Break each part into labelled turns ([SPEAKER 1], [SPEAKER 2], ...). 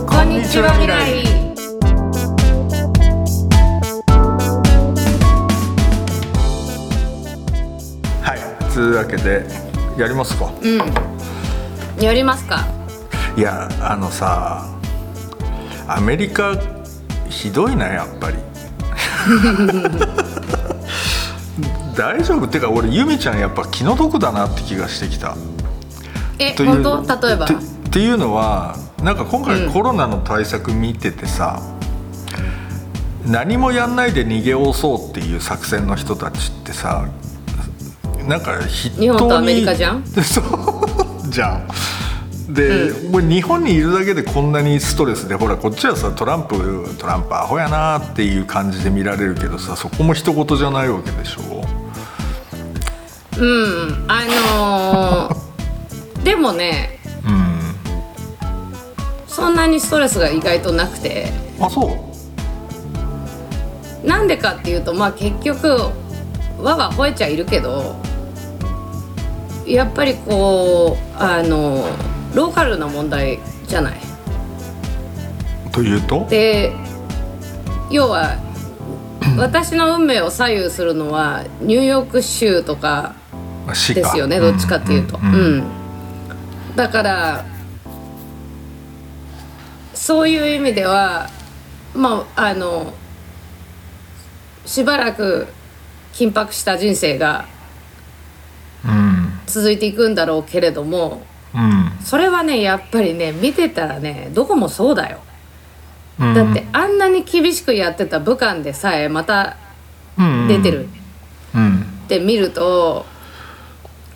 [SPEAKER 1] は未来
[SPEAKER 2] はいつうわけでやりますか
[SPEAKER 1] やりますか
[SPEAKER 2] いやあのさアメリカひどいなやっぱり大丈夫ってか俺ユミちゃんやっぱ気の毒だなって気がしてきた
[SPEAKER 1] え
[SPEAKER 2] という
[SPEAKER 1] 本当例えば
[SPEAKER 2] てっていうのはなんか今回
[SPEAKER 1] うん
[SPEAKER 2] コロナの対策見ててさ、何もやんないで逃げおそうっていう作戦の人たちってさなんか筆頭に
[SPEAKER 1] 日本とアメリカじゃん
[SPEAKER 2] そう じゃんで、もう日本にいるだけでこんなにストレスでほらこっちはさトランプトランプアホやなっていう感じで見られるけどさそこも一言じゃないわけでしょ
[SPEAKER 1] うんあ のーでもね
[SPEAKER 2] うん
[SPEAKER 1] そんなにストレスが意外となくて
[SPEAKER 2] あそう
[SPEAKER 1] なんでかっていうとまあ結局我が吠えちゃいるけどやっぱりこうあのローカルな問題じゃない。
[SPEAKER 2] というと
[SPEAKER 1] で要は私の運命を左右するのはニューヨーク州とか
[SPEAKER 2] まあ死か
[SPEAKER 1] ですよねどっちかっていうと。うん
[SPEAKER 2] んん
[SPEAKER 1] だからそういう意味ではまああのしばらく緊迫した人生が
[SPEAKER 2] うん
[SPEAKER 1] 続いていくんだろうけれども
[SPEAKER 2] うん
[SPEAKER 1] それはねやっぱりね見てたらねどこもそうだよ。
[SPEAKER 2] うん
[SPEAKER 1] だってあんなに厳しくやってた武漢でさえまた出てる
[SPEAKER 2] うん
[SPEAKER 1] って見ると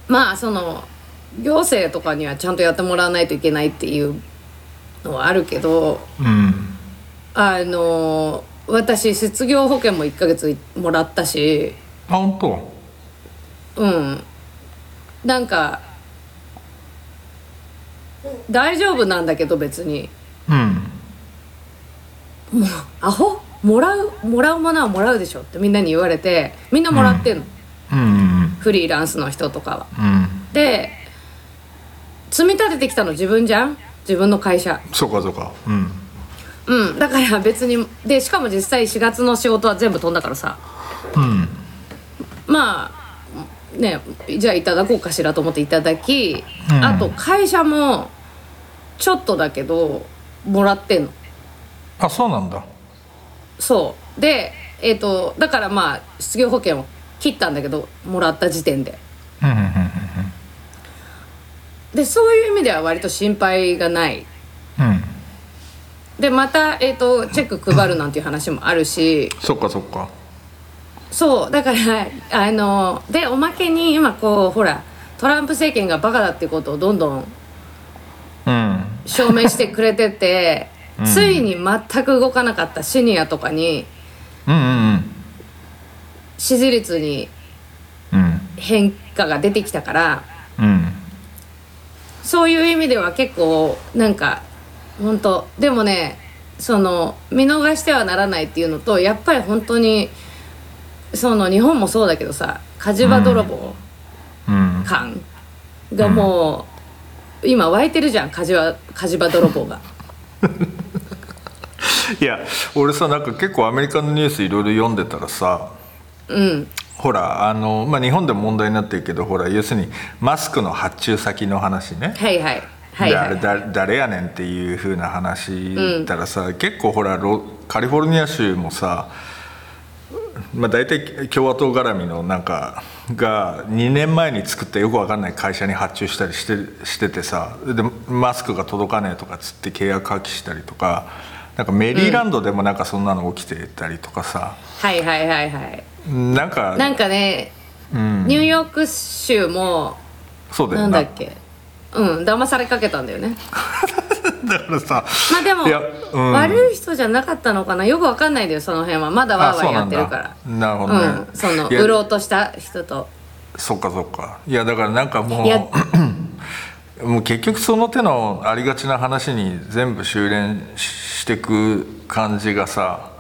[SPEAKER 1] まあその行政とかにはちゃんとやってもらわないといけないっていうのはあるけど
[SPEAKER 2] うん
[SPEAKER 1] あの私失業保険も1ヶ月もらったし
[SPEAKER 2] あ本当
[SPEAKER 1] うんなんか大丈夫なんだけど別に
[SPEAKER 2] うん
[SPEAKER 1] アホもらうもらうものはもらうでしょってみんなに言われてみんなもらってんの、
[SPEAKER 2] うん
[SPEAKER 1] フリーランスの人とかは。
[SPEAKER 2] うん
[SPEAKER 1] で積み立ててきたの自分じゃん自分の会社
[SPEAKER 2] そうかそうかうん
[SPEAKER 1] うんだから別にでしかも実際4月の仕事は全部飛んだからさ
[SPEAKER 2] うん
[SPEAKER 1] まあねじゃあいただこうかしらと思っていただき、
[SPEAKER 2] うん
[SPEAKER 1] あと会社もちょっとだけどもらってんの
[SPEAKER 2] あそうなんだ
[SPEAKER 1] そうでえっ、とだからまあ失業保険を切ったんだけどもらった時点で
[SPEAKER 2] うんうんうん
[SPEAKER 1] でそういう意味では割と心配がない
[SPEAKER 2] うんうん
[SPEAKER 1] でまた、えー、とチェック配るなんていう話もあるし
[SPEAKER 2] そっかそっか
[SPEAKER 1] そうだからあのでおまけに今こうほらトランプ政権がバカだってことをどんどん
[SPEAKER 2] うん
[SPEAKER 1] 証明してくれてて、
[SPEAKER 2] うん
[SPEAKER 1] ついに全く動かなかったシニアとかに
[SPEAKER 2] うんうん
[SPEAKER 1] 支持率に
[SPEAKER 2] うん
[SPEAKER 1] 変化が出てきたから
[SPEAKER 2] うん
[SPEAKER 1] そういう意味では結構なんか本当でもねその見逃してはならないっていうのとやっぱり本当にその日本もそうだけどさ火事場泥棒、
[SPEAKER 2] うん
[SPEAKER 1] 感がもう、今湧いてるじゃん火事場火事場泥棒が
[SPEAKER 2] いや俺さなんか結構アメリカのニュースいろいろ読んでたらさ
[SPEAKER 1] うん
[SPEAKER 2] ほらあの、まあ、日本でも問題になってるけどほら要するにマスクの発注先の話ね
[SPEAKER 1] はいはいはい
[SPEAKER 2] で
[SPEAKER 1] は
[SPEAKER 2] あれ
[SPEAKER 1] い
[SPEAKER 2] だ誰やねんっていう風な話言ったらさ、結構ほらロカリフォルニア州もさ、まあ、大体共和党絡みのなんかが2年前に作ったよくわかんない会社に発注したりしてしててさでマスクが届かねえとかつって契約破棄したりとかなんかメリーランドでもなんかそんなの起きてたりとかさ、
[SPEAKER 1] はいはいはいはい
[SPEAKER 2] なんか
[SPEAKER 1] なんかね、ニューヨーク州も
[SPEAKER 2] そうだ
[SPEAKER 1] な
[SPEAKER 2] よ
[SPEAKER 1] ん
[SPEAKER 2] な
[SPEAKER 1] だっけうん騙されかけたんだよね
[SPEAKER 2] だからさ
[SPEAKER 1] まあでも
[SPEAKER 2] いやうん
[SPEAKER 1] 悪い人じゃなかったのかなよくわかんないんだよその辺はまだ
[SPEAKER 2] あ
[SPEAKER 1] ワーワ
[SPEAKER 2] そ
[SPEAKER 1] ー
[SPEAKER 2] う
[SPEAKER 1] や
[SPEAKER 2] な
[SPEAKER 1] っ
[SPEAKER 2] ん
[SPEAKER 1] て
[SPEAKER 2] だ
[SPEAKER 1] るから
[SPEAKER 2] なるほ
[SPEAKER 1] う
[SPEAKER 2] どね、
[SPEAKER 1] んその
[SPEAKER 2] いや
[SPEAKER 1] 売ろうとした人と
[SPEAKER 2] そっかそっかいやだからなんかも
[SPEAKER 1] いや
[SPEAKER 2] う もう結局その手のありがちな話に全部修練ししてく感じがさ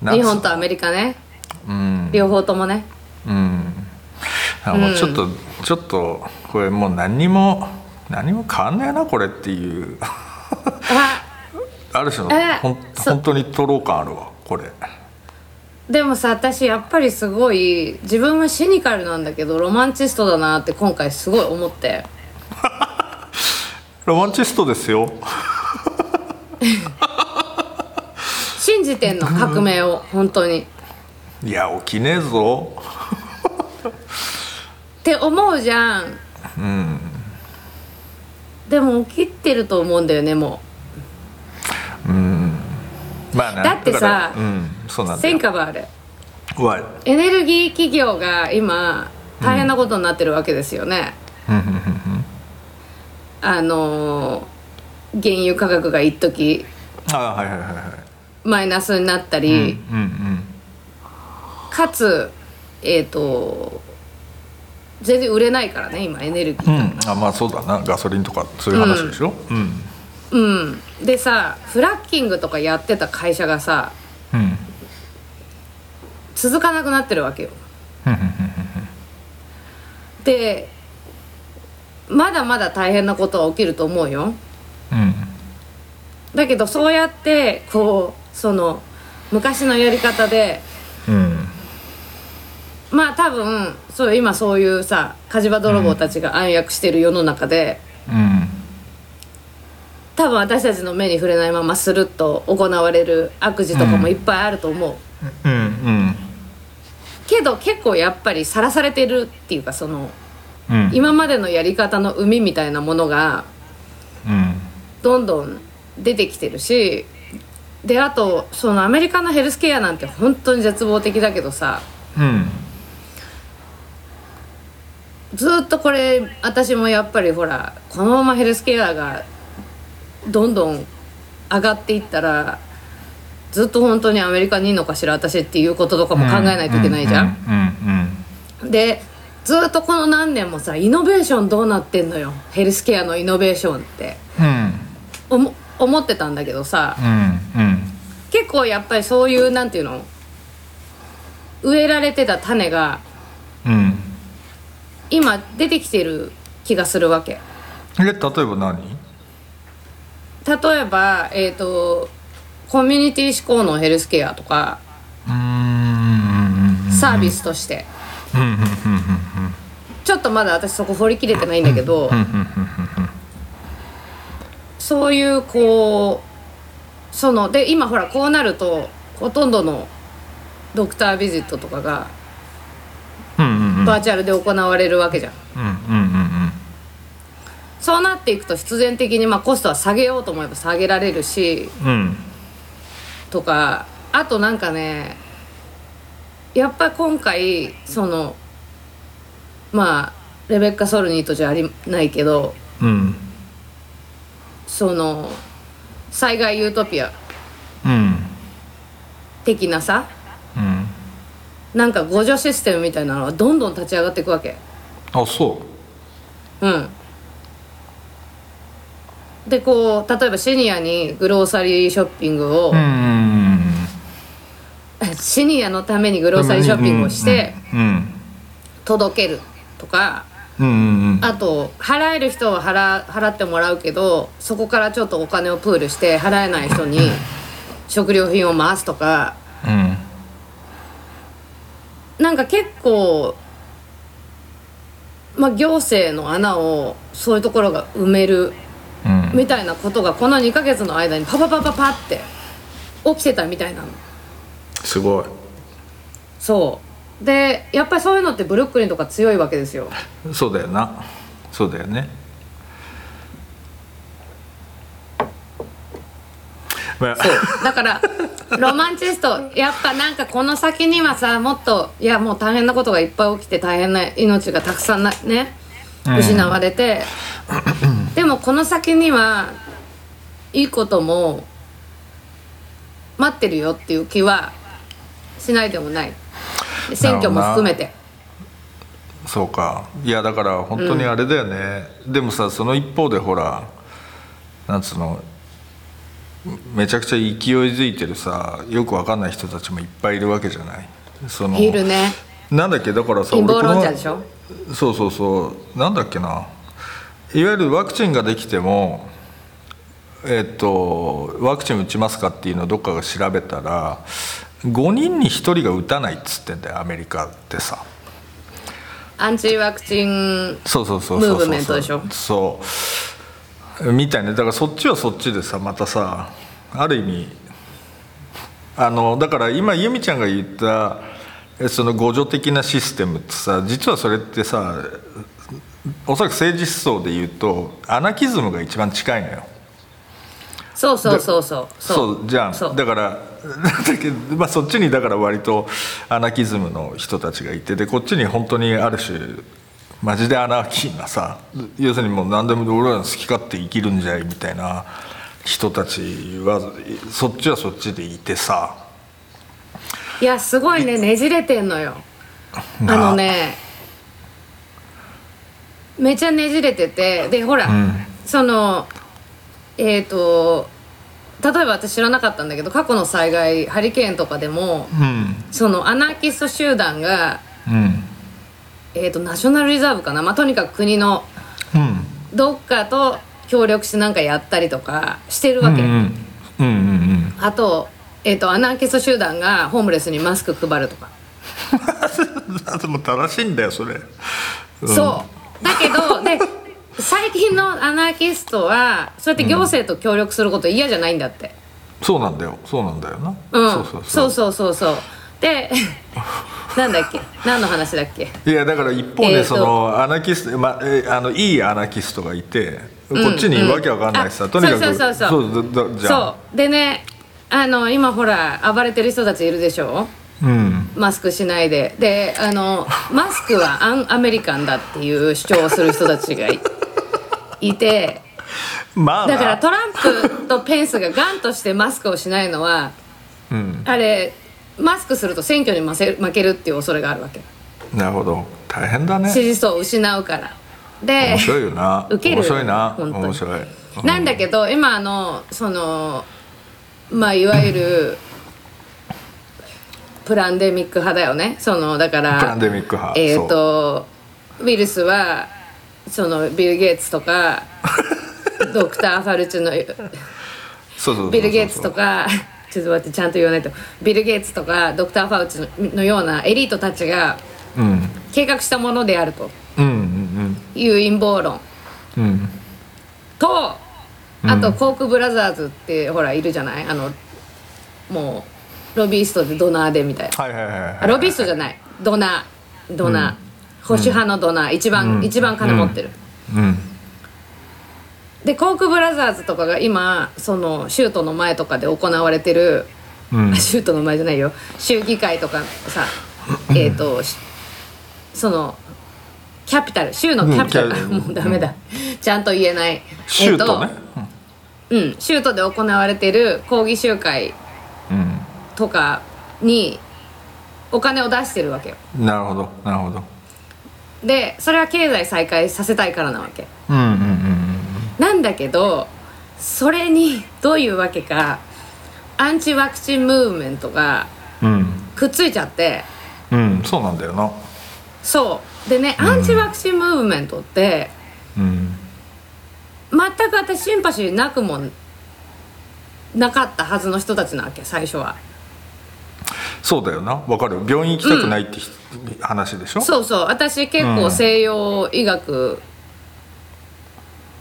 [SPEAKER 2] なんつ
[SPEAKER 1] 日本とアメリカね
[SPEAKER 2] うん
[SPEAKER 1] 両方ともね
[SPEAKER 2] うんあもうちょっと、ちょっとこれもう何にも何も変わんないなこれっていう
[SPEAKER 1] あ
[SPEAKER 2] ある種の、
[SPEAKER 1] え
[SPEAKER 2] ほん
[SPEAKER 1] そ
[SPEAKER 2] 本当にとろ感あるわこれ
[SPEAKER 1] でもさ私やっぱりすごい自分はシニカルなんだけどロマンチストだなって今回すごい思って
[SPEAKER 2] ロマンチストですよ
[SPEAKER 1] 信じてんの革命を本当にっ
[SPEAKER 2] いや起きねえぞ
[SPEAKER 1] て思うじゃんうんでも起きてると思うんだよねも
[SPEAKER 2] まあな
[SPEAKER 1] だってさ
[SPEAKER 2] からうんそう
[SPEAKER 1] う
[SPEAKER 2] なんだ
[SPEAKER 1] 戦
[SPEAKER 2] よ
[SPEAKER 1] 火はある
[SPEAKER 2] わい
[SPEAKER 1] エネルギー企業が今大変なことになってるわけですよね、あのー原油価格が一時
[SPEAKER 2] あはいはいはいはい
[SPEAKER 1] マイナスになったり、
[SPEAKER 2] うんうん
[SPEAKER 1] かつえっ、と全然売れないからね今エネルギー、
[SPEAKER 2] うん、あまあそうだなガソリンとかそういう話でしょ、うん
[SPEAKER 1] うん、でさフラッキングとかやってた会社がさ
[SPEAKER 2] うん
[SPEAKER 1] 続かなくなってるわけよでまだまだ大変なことは起きると思うよ
[SPEAKER 2] うん
[SPEAKER 1] だけどそうやってこうその昔のやり方で
[SPEAKER 2] うん
[SPEAKER 1] まあ多分そう今そういうさ火事場泥棒たちが暗躍してる世の中で、
[SPEAKER 2] うん
[SPEAKER 1] 多分私たちの目に触れないままするっと行われる悪事とかもいっぱいあると思
[SPEAKER 2] う
[SPEAKER 1] う、
[SPEAKER 2] ん
[SPEAKER 1] けど結構やっぱりさらされてるっていうかその
[SPEAKER 2] うん
[SPEAKER 1] 今までのやり方の海みたいなものが
[SPEAKER 2] うん
[SPEAKER 1] どんどん出てきてるしであとそのアメリカのヘルスケアなんて本当に絶望的だけどさ
[SPEAKER 2] うん
[SPEAKER 1] ずーっとこれ私もやっぱりほらこのままヘルスケアがどんどん上がっていったらずっと本当にアメリカにいいのかしら私っていうこととかも考えないといけないじゃん。
[SPEAKER 2] うん
[SPEAKER 1] でずーっとこの何年もさイノベーションどうなってんのよヘルスケアのイノベーションって
[SPEAKER 2] うんうん
[SPEAKER 1] おも思ってたんだけどさ
[SPEAKER 2] うんうん
[SPEAKER 1] 結構やっぱりそういうなんていうの植えられてた種が
[SPEAKER 2] うん
[SPEAKER 1] 今出てきてる気がするわけ。
[SPEAKER 2] え例えば何
[SPEAKER 1] 例えば、えー、とコミュニティ志向のヘルスケアとか
[SPEAKER 2] うん
[SPEAKER 1] サービスとしてちょっとまだ私そこ掘り切れてないんだけどそういうこうそので今ほらこうなるとほとんどのドクタービジットとかが
[SPEAKER 2] うんうん
[SPEAKER 1] バーチャルで行われるわけじゃん。
[SPEAKER 2] うんうんうん
[SPEAKER 1] そうなっていくと必然的にまあコストは下げようと思えば下げられるし
[SPEAKER 2] うん
[SPEAKER 1] とかあとなんかねやっぱ今回そのまあレベッカ・ソルニートじゃありないけど
[SPEAKER 2] うん
[SPEAKER 1] その災害ユートピア
[SPEAKER 2] うん
[SPEAKER 1] 的なさ
[SPEAKER 2] うん
[SPEAKER 1] なんか互助システムみたいなのはどんどん立ち上がっていくわけ
[SPEAKER 2] あそ
[SPEAKER 1] うんでこう例えばシニアにグローサリーショッピングを、
[SPEAKER 2] ううん
[SPEAKER 1] シニアのためにグローサリーショッピングをして
[SPEAKER 2] うん
[SPEAKER 1] 届けるとか
[SPEAKER 2] うんうん
[SPEAKER 1] あと払える人は払払ってもらうけどそこからちょっとお金をプールして払えない人に食料品を回すとか
[SPEAKER 2] うん
[SPEAKER 1] なんか結構、まあ、行政の穴をそういうところが埋める
[SPEAKER 2] うん
[SPEAKER 1] みたいなことがこの2ヶ月の間にパパパパパって起きてたみたいなの。
[SPEAKER 2] すごい
[SPEAKER 1] そうでやっぱりそういうのってブルックリンとか強いわけですよ。
[SPEAKER 2] そうだよなそうだよねまあ
[SPEAKER 1] そうだからロマンチストやっぱなんかこの先にはさもっといやもう大変なことがいっぱい起きて大変な命がたくさんなね失われて、でもこの先にはいいことも待ってるよっていう気はしないでもない選挙も含めて
[SPEAKER 2] そうかいやだから本当にあれだよね、でもさその一方でほらなんつうのめちゃくちゃ勢いづいてるさよくわかんない人たちもいっぱいいるわけじゃないその
[SPEAKER 1] いるね
[SPEAKER 2] なんだっけだからさ
[SPEAKER 1] 陰謀
[SPEAKER 2] 俺この
[SPEAKER 1] 論者でしょ
[SPEAKER 2] そうそうそうなんだっけないわゆるワクチンができてもえっと、ワクチン打ちますかっていうのをどっかが調べたら5人に1人が打たないっつってんだよアメリカってさ
[SPEAKER 1] アンチワクチン
[SPEAKER 2] そうそうそうそう
[SPEAKER 1] ムーブメントでしょ
[SPEAKER 2] そうみたいなだからそっちはそっちでさまたさある意味あのだから今由美ちゃんが言ったえその互助的なシステムってさ実はそれってさおそらく政治思想で言うとアナキズムが一番近いのよ。
[SPEAKER 1] そうそうそうそう
[SPEAKER 2] そうじゃん
[SPEAKER 1] そう
[SPEAKER 2] だから だけど、まあ、そっちにだから割とアナキズムの人たちがいてでこっちに本当にある種マジでアナーキーなさ要するにもう何でも俺らの好き勝手生きるんじゃいみたいな人たちはそっちはそっちでいてさ
[SPEAKER 1] いやすごいねねじれてんのよあのねめちゃねじれててでほら、そのえっ、と例えば私知らなかったんだけど過去の災害ハリケーンとかでも、
[SPEAKER 2] うん
[SPEAKER 1] そのアナーキスト集団が、
[SPEAKER 2] うん
[SPEAKER 1] えー、とナショナルリザーブかな、まあ、とにかく国の
[SPEAKER 2] うん
[SPEAKER 1] どっかと協力してなんかやったりとかしてるわけ、
[SPEAKER 2] うんうんうんうん
[SPEAKER 1] あと,、えー、とアナーキスト集団がホームレスにマスク配るとか、
[SPEAKER 2] でも正しいんだよそれ
[SPEAKER 1] そうだけ どで最近のアナーキストはそうやって行政と協力すること嫌じゃないんだって、
[SPEAKER 2] そうなんだよそうなんだよな、
[SPEAKER 1] うん、
[SPEAKER 2] そうそうそう
[SPEAKER 1] そうそうそう でなんだっけ何の話だっけ
[SPEAKER 2] いやだから一方
[SPEAKER 1] え
[SPEAKER 2] で
[SPEAKER 1] ーと
[SPEAKER 2] そのアナキスト、まえーあのいいアナキストがいて、こっちにわけわかんないしさ、
[SPEAKER 1] あ
[SPEAKER 2] とにかく
[SPEAKER 1] そうそうそうそう
[SPEAKER 2] そうだじゃ
[SPEAKER 1] そ
[SPEAKER 2] あ
[SPEAKER 1] うでねあの今ほら暴れてる人たちいるでしょ
[SPEAKER 2] うん
[SPEAKER 1] マスクしないでであのマスクはアンアメリカンだっていう主張をする人たちが いいて
[SPEAKER 2] まあな
[SPEAKER 1] だからトランプとペンスがガンとしてマスクをしないのは
[SPEAKER 2] うん
[SPEAKER 1] あれマスクすると選挙に負け負けるっていう恐れがあるわけ
[SPEAKER 2] なるほど大変だね
[SPEAKER 1] 支持層を失うからで
[SPEAKER 2] 面白いよな
[SPEAKER 1] 受ける
[SPEAKER 2] 面白いな
[SPEAKER 1] 本当に
[SPEAKER 2] 面白い
[SPEAKER 1] なんだけど今あのそのまあいわゆるプランデミック派だよねそのだから
[SPEAKER 2] プランデミック派
[SPEAKER 1] えっ、とウィルスはそのビル・ゲイツと かドクター・ファルチュの
[SPEAKER 2] そうそうそうそう
[SPEAKER 1] ビル・ゲイツとかちょっと待ってちゃんと言わないとビル・ゲイツとかドクター・ファウチののようなエリートたちが
[SPEAKER 2] うん
[SPEAKER 1] 計画したものであると
[SPEAKER 2] うんうん
[SPEAKER 1] いう陰謀論
[SPEAKER 2] うんうん
[SPEAKER 1] とあとコークブラザーズってほらいるじゃないあのもうロビーストでドナーでみたいな
[SPEAKER 2] はいはいはいはい
[SPEAKER 1] あロビーストじゃないドナードナー、保守派のドナー一番、一番金持ってる、
[SPEAKER 2] うん
[SPEAKER 1] でコークブラザーズとかが今そのシュートの前とかで行われてる、
[SPEAKER 2] うん
[SPEAKER 1] シュートの前じゃないよ州議会とか さえっ、としそのキャピタル州のキャピタル、
[SPEAKER 2] うんキャ
[SPEAKER 1] もうダメだ、ちゃんと言えない
[SPEAKER 2] シュートね、
[SPEAKER 1] えーとうん、州都で行われてる抗議集会とかにお金を出してるわけよ
[SPEAKER 2] うんなるほどなるほど
[SPEAKER 1] でそれは経済再開させたいからなわけ
[SPEAKER 2] うんうんうん
[SPEAKER 1] なんだけどそれにどういうわけかアンチワクチンムーブメントが
[SPEAKER 2] うん
[SPEAKER 1] くっついちゃって
[SPEAKER 2] うんうんそうなんだよな
[SPEAKER 1] そうでねアンチワクチンムーブメントって
[SPEAKER 2] うん
[SPEAKER 1] 全く私シンパシーなくもなかったはずの人たちなわけ最初は
[SPEAKER 2] そうだよなわかるよ病院行きたくないってひ、話でしょ
[SPEAKER 1] そうそう私結
[SPEAKER 2] う
[SPEAKER 1] 構
[SPEAKER 2] ん
[SPEAKER 1] 西洋医学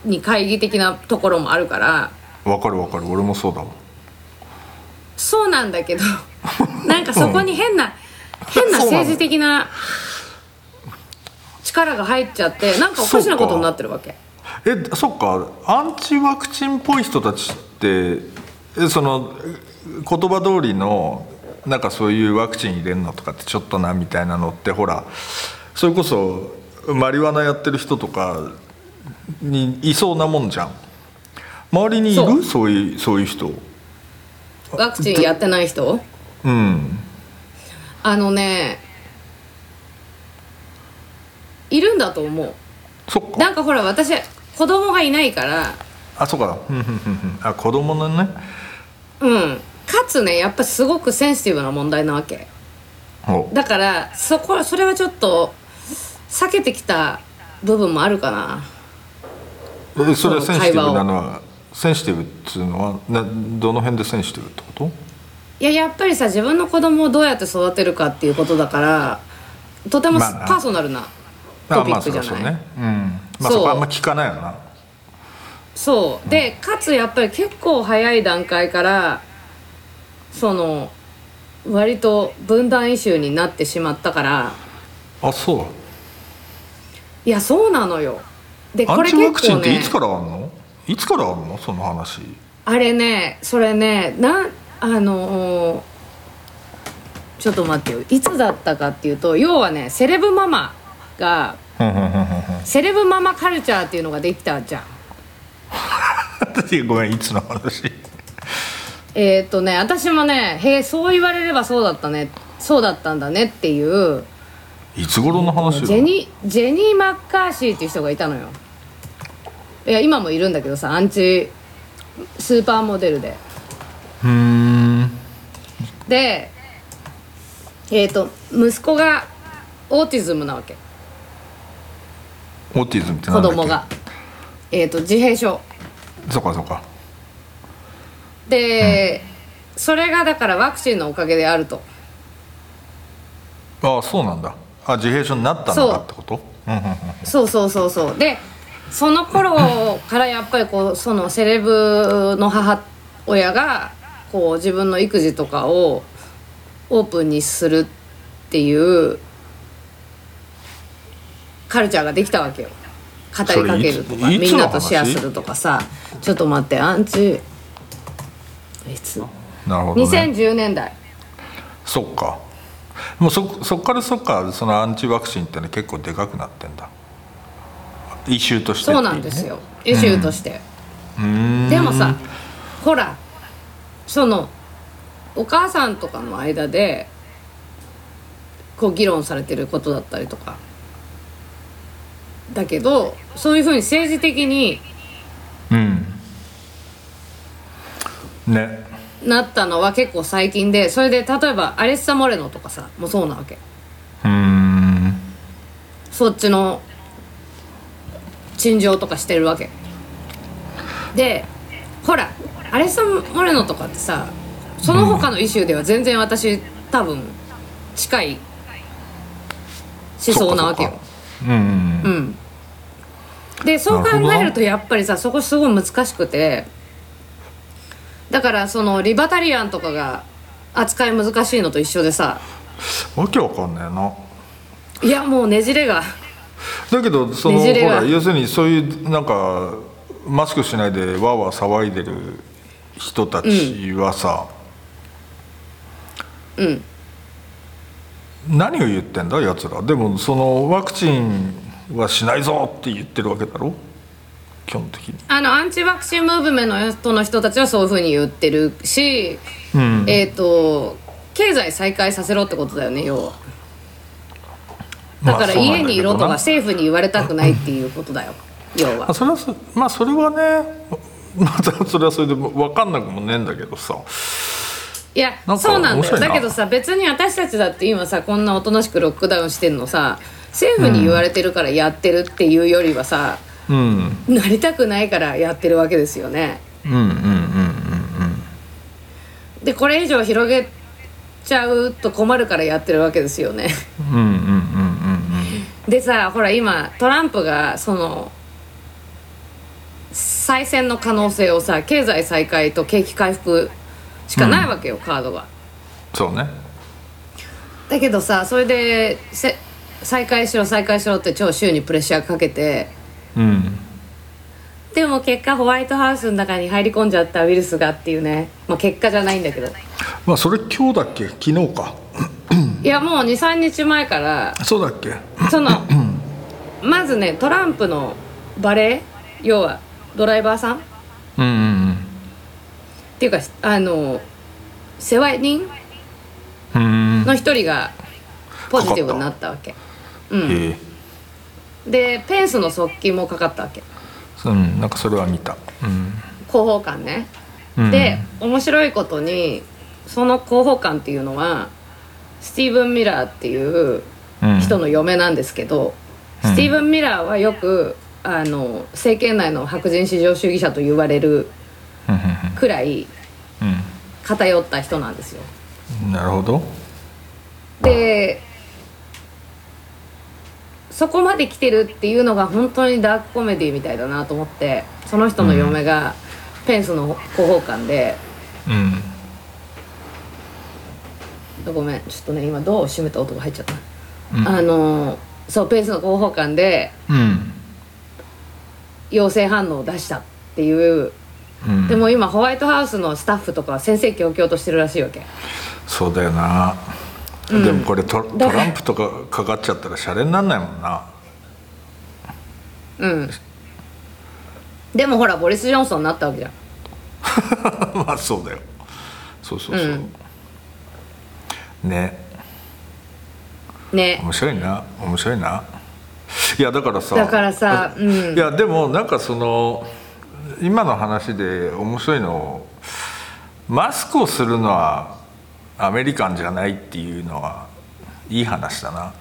[SPEAKER 1] に懐疑的なところもあるから
[SPEAKER 2] わかるわかる俺もそうだもん
[SPEAKER 1] そうなんだけ どなんかそこに変な変な
[SPEAKER 2] そうなの
[SPEAKER 1] 政治的な力が入っちゃってなんかおかしなことになってるわけ
[SPEAKER 2] えそっかアンチワクチンっぽい人たちってえそのえ言葉通りのなんかそういうワクチン入れるのとかってちょっとなみたいなのってほらそれこそマリワナやってる人とかにいそうなもんじゃん周りにいる
[SPEAKER 1] そ
[SPEAKER 2] そうういうそういう人
[SPEAKER 1] ワクチンやってない人
[SPEAKER 2] うん
[SPEAKER 1] あのねいるんだと思う
[SPEAKER 2] そっか
[SPEAKER 1] なんかほら私子供がいないから
[SPEAKER 2] あそっかうんうんうんうんあ子供のね
[SPEAKER 1] うんかつねやっぱすごくセンシティブな問題なわけ
[SPEAKER 2] お
[SPEAKER 1] だからそこそれはちょっと避けてきた部分もあるかな
[SPEAKER 2] えそれはセンシティブなのはセンシティブっていうのはなどの辺でセンシティブってこと
[SPEAKER 1] いややっぱりさ自分の子供をどうやって育てるかっていうことだからとても
[SPEAKER 2] まあ
[SPEAKER 1] パ
[SPEAKER 2] な
[SPEAKER 1] ーソナルな
[SPEAKER 2] あ
[SPEAKER 1] ト
[SPEAKER 2] あ
[SPEAKER 1] ピ
[SPEAKER 2] まあ
[SPEAKER 1] ッ
[SPEAKER 2] そ
[SPEAKER 1] ク
[SPEAKER 2] り
[SPEAKER 1] じ
[SPEAKER 2] ゃ
[SPEAKER 1] ゃ
[SPEAKER 2] そう
[SPEAKER 1] ない、
[SPEAKER 2] ねうんま
[SPEAKER 1] そ
[SPEAKER 2] あ
[SPEAKER 1] う
[SPEAKER 2] そこはあんま聞かないよな
[SPEAKER 1] そうでかつやっぱり結構早い段階からその割と分断イシューになってしまったから
[SPEAKER 2] あそう
[SPEAKER 1] いやそうなのよで
[SPEAKER 2] ア
[SPEAKER 1] こ
[SPEAKER 2] ン
[SPEAKER 1] れ
[SPEAKER 2] チワ
[SPEAKER 1] 結
[SPEAKER 2] クチン
[SPEAKER 1] 構
[SPEAKER 2] ってい
[SPEAKER 1] ね
[SPEAKER 2] つからあんのいつからあんのその 話
[SPEAKER 1] あれねそれねなんあのーちょっと待ってよいつだったかっていうと要はねセレブママが
[SPEAKER 2] うんうんうんうんうん
[SPEAKER 1] セレブママカルチャーっていうのができたじゃん
[SPEAKER 2] 私ごめんいつの話
[SPEAKER 1] えーっとね私もねへえそう言われればそうだったねそうだったんだねっていう
[SPEAKER 2] いつ頃の話
[SPEAKER 1] ジェ
[SPEAKER 2] よ
[SPEAKER 1] ニージェニー・マッカーシーっていう人がいたのよいや今もいるんだけどさアンチスーパーモデルで
[SPEAKER 2] うーん
[SPEAKER 1] でえっ、と息子がオーティズムなわけ
[SPEAKER 2] オーティズムってな
[SPEAKER 1] 子
[SPEAKER 2] んだっけ
[SPEAKER 1] 供がえっ、と自閉症
[SPEAKER 2] そうかそうか
[SPEAKER 1] で、それがだからワクチンのおかげであると
[SPEAKER 2] ああそうなんだあ自閉症になったのかってことうんうんうん
[SPEAKER 1] そうそうそうそうでその頃からやっぱりこうそのセレブの母親がこう自分の育児とかをオープンにするっていうカルチャーができたわけよ語りかけるとか
[SPEAKER 2] それいつ
[SPEAKER 1] みんなと
[SPEAKER 2] いつの話
[SPEAKER 1] シェアするとかさちょっと待ってアンチいつ
[SPEAKER 2] なるほど、ね、
[SPEAKER 1] 2010年代
[SPEAKER 2] そっかもうそそっからそっかそのアンチワクチンってのは結構でかくなってんだイシューとしてってい
[SPEAKER 1] そ
[SPEAKER 2] うね
[SPEAKER 1] なんですよイシューとして、
[SPEAKER 2] うーん
[SPEAKER 1] でもさほらそのお母さんとかの間でこう議論されてることだったりとかだけどそういうふうに政治的に
[SPEAKER 2] うんね
[SPEAKER 1] なったのは結構最近でそれで例えばアレッサ・モレノとかさもうそうなわけ
[SPEAKER 2] うーん
[SPEAKER 1] そっちの陳情とかしてるわけでほらアレッサ・モレノとかってさその他のイシューでは全然私多分近い思想なわけよ
[SPEAKER 2] そっかそっかうんうん
[SPEAKER 1] でそう考
[SPEAKER 2] なるほど
[SPEAKER 1] え
[SPEAKER 2] な
[SPEAKER 1] るとやっぱりさそこすごい難しくてだからそのリバタリアンとかが扱い難しいのと一緒でさ
[SPEAKER 2] わけわかんないない
[SPEAKER 1] やもうねじれが
[SPEAKER 2] だけどその、
[SPEAKER 1] ねじれ
[SPEAKER 2] ほ
[SPEAKER 1] が
[SPEAKER 2] ら要するにそういうなんかマスクしないでわーわー騒いでる人たちはさ、
[SPEAKER 1] うん
[SPEAKER 2] 何を言ってんだやつらでもそのワクチンはしないぞって言ってるわけだろ基本的に
[SPEAKER 1] あのアンチワクチンムーブメントの人たちはそういうふうに言ってるし、えっ、と経済再開させろってことだよね要はだか
[SPEAKER 2] そ
[SPEAKER 1] ら
[SPEAKER 2] うな
[SPEAKER 1] 家
[SPEAKER 2] ん
[SPEAKER 1] にいろと
[SPEAKER 2] けど
[SPEAKER 1] か
[SPEAKER 2] な
[SPEAKER 1] 政府に言われたくないっていうことだよ要
[SPEAKER 2] まあ
[SPEAKER 1] は
[SPEAKER 2] それはそまあそれはね またそれはそれで分かんなくもねえんだけどさ
[SPEAKER 1] いや
[SPEAKER 2] なんか
[SPEAKER 1] そうなん
[SPEAKER 2] 面
[SPEAKER 1] だよ
[SPEAKER 2] 白いな
[SPEAKER 1] だけどさ別に私たちだって今さこんなおとなしくロックダウンしてんのさ政府に言われてるからやってるっていうよりはさ、
[SPEAKER 2] うん
[SPEAKER 1] なりたくないからやってるわけですよね
[SPEAKER 2] うんうんうん
[SPEAKER 1] でこれ以上広げちゃうと困るからやってるわけですよね
[SPEAKER 2] うんうんうんうん
[SPEAKER 1] でさほら今トランプがその再選の可能性をさ経済再開と景気回復しかないわけよ、カードが
[SPEAKER 2] そうね
[SPEAKER 1] だけどさそれでせ再開しろ再開しろって超州にプレッシャーかけて
[SPEAKER 2] うん
[SPEAKER 1] でも結果ホワイトハウスの中に入り込んじゃったウイルスがっていうね、まあ、結果じゃないんだけど
[SPEAKER 2] まあそれ今日だっけ昨日か
[SPEAKER 1] いやもう23日 前から
[SPEAKER 2] そうだっけ
[SPEAKER 1] そのまずねトランプのバレー要はドライバーさん
[SPEAKER 2] うんうん
[SPEAKER 1] っていうかあの世話人
[SPEAKER 2] うんうん
[SPEAKER 1] の一人がポジティブになったわけ
[SPEAKER 2] ええ
[SPEAKER 1] でペンスの側近もかかったわけ
[SPEAKER 2] うんなんかそれは見た
[SPEAKER 1] 広報官ね、
[SPEAKER 2] うん
[SPEAKER 1] で面白いことにその広報官っていうのはスティーブン・ミラーっていう
[SPEAKER 2] うん
[SPEAKER 1] 人の嫁なんですけど、スティーブン・ミラーはよくあの政権内の白人至上主義者と言われるくらい偏った人なんですよ。
[SPEAKER 2] うん、なるほど
[SPEAKER 1] でそこまで来てるっていうのが本当にダークコメディみたいだなと思ってその人の嫁がペンスの広報官で、
[SPEAKER 2] うん
[SPEAKER 1] ごめんちょっとね今ドアを閉めた音が入っちゃった、
[SPEAKER 2] うん
[SPEAKER 1] あのそうペンスの広報官で
[SPEAKER 2] うん
[SPEAKER 1] 陽性反応を出したっていう
[SPEAKER 2] うん
[SPEAKER 1] でも今ホワイトハウスのスタッフとかは先生教々としてるらしいわけ
[SPEAKER 2] そうだよな、でもこれトトランプとかかかっちゃったらシャレになんないもんな
[SPEAKER 1] うんでもほらボリス・ジョンソンになったわけじゃん
[SPEAKER 2] まあそうだよそうそうそう、ね
[SPEAKER 1] ね
[SPEAKER 2] 面白いな面白いないやだからさ
[SPEAKER 1] だからさうん
[SPEAKER 2] いやでもなんかその今の話で面白いのマスクをするのはアメリカンじゃないっていうのはいい話だな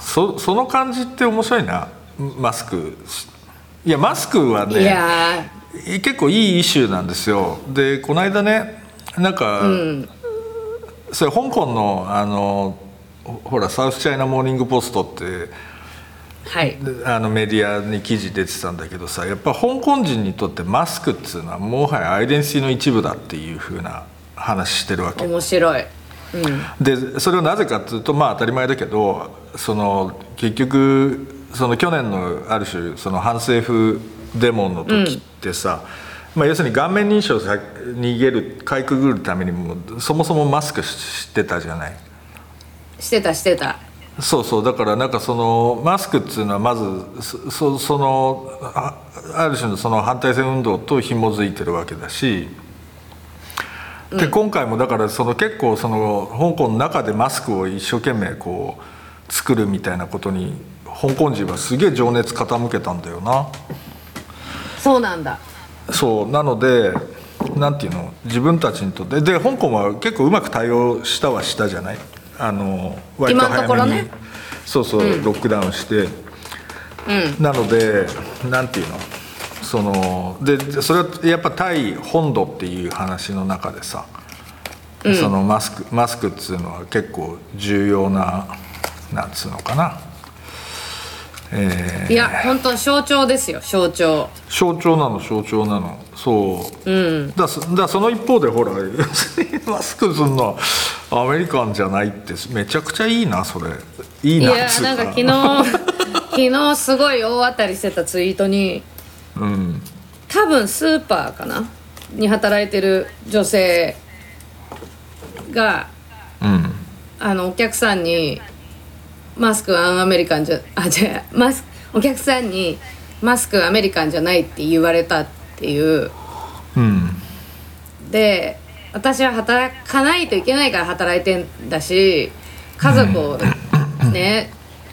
[SPEAKER 2] そその感じって面白いなマスクいやマスクはいね
[SPEAKER 1] や
[SPEAKER 2] 結構いいイシューなんですよでこの間ねなんか、それ香港のあのほほらサウスチャイナ・モーニング・ポストって
[SPEAKER 1] ーはい
[SPEAKER 2] であのメディアに記事出てたんだけどさやっぱ香港人にとってマスクっつうのはもはやアイデンティティの一部だっていう風な話してるわけ
[SPEAKER 1] 面白い
[SPEAKER 2] でそれをなぜかっていうとまあ当たり前だけどその結局その去年のある種その反政府デモの時ってさ、まあ、要するに顔面認証をさ逃げるかいくぐるためにもそもそもマスクししてたじゃない。
[SPEAKER 1] してたしてた
[SPEAKER 2] そうそうだからなんかそのマスクっていうのはまずそそそのあある種のその反対性運動と紐づいてるわけだし、で今回もだからその結構その香港の中でマスクを一生懸命こう作るみたいなことに香港人はすげえ情熱傾けたんだよな。
[SPEAKER 1] そうなんだ
[SPEAKER 2] そうなのでなんていうの自分たちにとってで香港は結構うまく対応したはしたじゃないあの割と
[SPEAKER 1] 今のところ
[SPEAKER 2] 早
[SPEAKER 1] ね
[SPEAKER 2] めに、そうそう、ロックダウンして、なのでなんていうのそのでそれはやっぱ対本土っていう話の中でさ、そのマスクマスクっつうのは結構重要ななんつうのかな、えー
[SPEAKER 1] いや本当象徴ですよ象徴
[SPEAKER 2] 象徴なの象徴なのそう、だそだその一方でほら マスクすんのはアメリカンじゃないってめちゃくちゃいいなそれいい
[SPEAKER 1] い
[SPEAKER 2] な
[SPEAKER 1] や
[SPEAKER 2] っつ
[SPEAKER 1] ー
[SPEAKER 2] う
[SPEAKER 1] なんか昨日 昨日すごい大当たりしてたツイートに
[SPEAKER 2] うん
[SPEAKER 1] 多分スーパーかなに働いてる女性が
[SPEAKER 2] うん
[SPEAKER 1] あのお客さんにマスクはアンアメリカンじゃあじゃマスお客さんにマスクはアメリカンじゃないって言われたっていう
[SPEAKER 2] うん
[SPEAKER 1] で私は働かないといけないから働いてんだし家族をね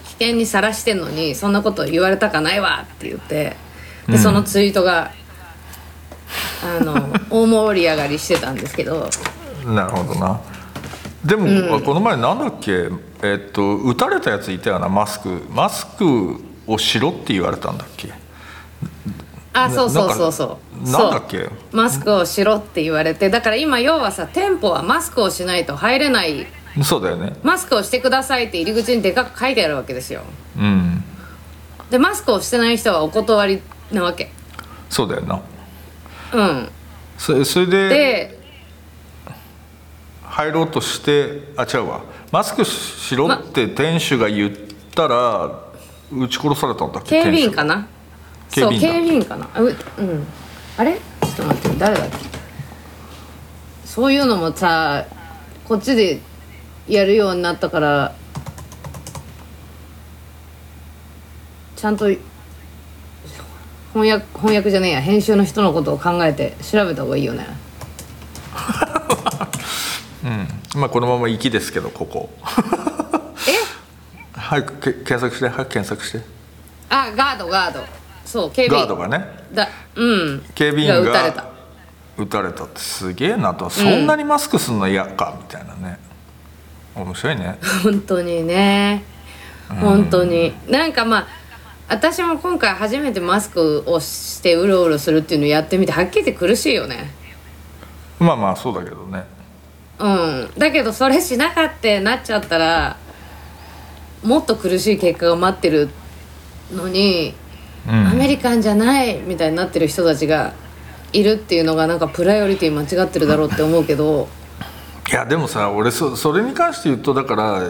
[SPEAKER 1] 危険にさらしてんのにそんなこと言われたかないわって言ってでそのツイートが、あの大盛り上がりしてたんですけど
[SPEAKER 2] なるほどなでも、あこの前なんだっけえっと打たれたやついたよなマスクマスクをしろって言われたんだっけ
[SPEAKER 1] あそうそうそう
[SPEAKER 2] な
[SPEAKER 1] そ
[SPEAKER 2] んかな
[SPEAKER 1] うそう
[SPEAKER 2] んだっけ
[SPEAKER 1] マスクをしろって言われてだから今要はさ店舗はマスクをしないと入れない
[SPEAKER 2] そうだよね
[SPEAKER 1] マスクをしてくださいって入り口にでかく書いてあるわけですよ
[SPEAKER 2] うん
[SPEAKER 1] でマスクをしてない人はお断りなわけ
[SPEAKER 2] そうだよな
[SPEAKER 1] うん
[SPEAKER 2] そそれで
[SPEAKER 1] で
[SPEAKER 2] 入ろうとしてあ違うわマスクしろって店主が言ったら撃ち殺されたんだっけ
[SPEAKER 1] 警備員か
[SPEAKER 2] な
[SPEAKER 1] な
[SPEAKER 2] 警備員だ
[SPEAKER 1] そう警備員かなあううんあれちょっと待って誰だっけそういうのもさこっちでやるようになったからちゃんと翻訳翻訳じゃねえや編集の人のことを考えて調べた方がいいよね
[SPEAKER 2] まあこのまま息ですけどここ 早くけ検索して早く検索して
[SPEAKER 1] あガードガードそう警備
[SPEAKER 2] ガー
[SPEAKER 1] 員
[SPEAKER 2] ドがね
[SPEAKER 1] だうん
[SPEAKER 2] 警備員が
[SPEAKER 1] が撃たれた
[SPEAKER 2] 撃たれたってすげえなとそんなにマスクすんの嫌かみたいなね面白いね
[SPEAKER 1] 本当にね本当に、なんかまあ私も今回初めてマスクをしてうろうろするっていうのをやってみてはっきり言って苦しいよね
[SPEAKER 2] まあまあそうだけどね
[SPEAKER 1] うんだけどそれしなかってなっちゃったらもっと苦しい結果が待ってるのに、
[SPEAKER 2] うん
[SPEAKER 1] アメリカンじゃないみたいになってる人たちがいるっていうのがなんかプライオリティ間違ってるだろうって思うけど
[SPEAKER 2] いやでもさ俺そそれに関して言うとだから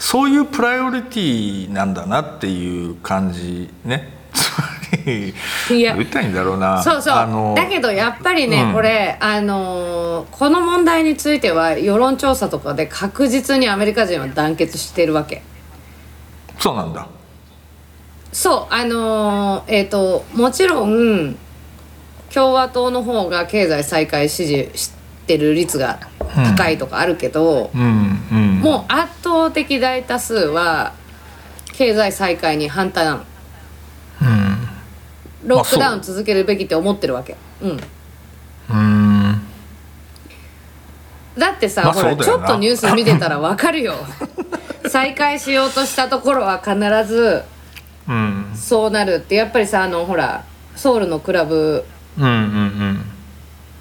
[SPEAKER 2] そういうプライオリティなんだなっていう感じねつまり
[SPEAKER 1] いや
[SPEAKER 2] 言いたいんだろうな
[SPEAKER 1] そうそう、
[SPEAKER 2] あの
[SPEAKER 1] だけどやっぱりね、
[SPEAKER 2] うん
[SPEAKER 1] これあのーこの問題については世論調査とかで確実にアメリカ人は団結してるわけ
[SPEAKER 2] そうなんだ
[SPEAKER 1] そうあのーえっ、ともちろん共和党の方が経済再開支持してる率が高いとかあるけど、
[SPEAKER 2] うんうん
[SPEAKER 1] もう圧倒的大多数は経済再開に反対なの
[SPEAKER 2] うん
[SPEAKER 1] ロックダウン
[SPEAKER 2] あ
[SPEAKER 1] 続けるべきって思ってるわけうん
[SPEAKER 2] うん
[SPEAKER 1] だってさ、
[SPEAKER 2] まあ
[SPEAKER 1] ほら
[SPEAKER 2] そうだ
[SPEAKER 1] ち
[SPEAKER 2] よ
[SPEAKER 1] ょ
[SPEAKER 2] な
[SPEAKER 1] っとニュース見てたらわか るよ再開しようとしたところは必ず
[SPEAKER 2] うん
[SPEAKER 1] そうなるってやっぱりさあのほらソウルのクラブ
[SPEAKER 2] うんうん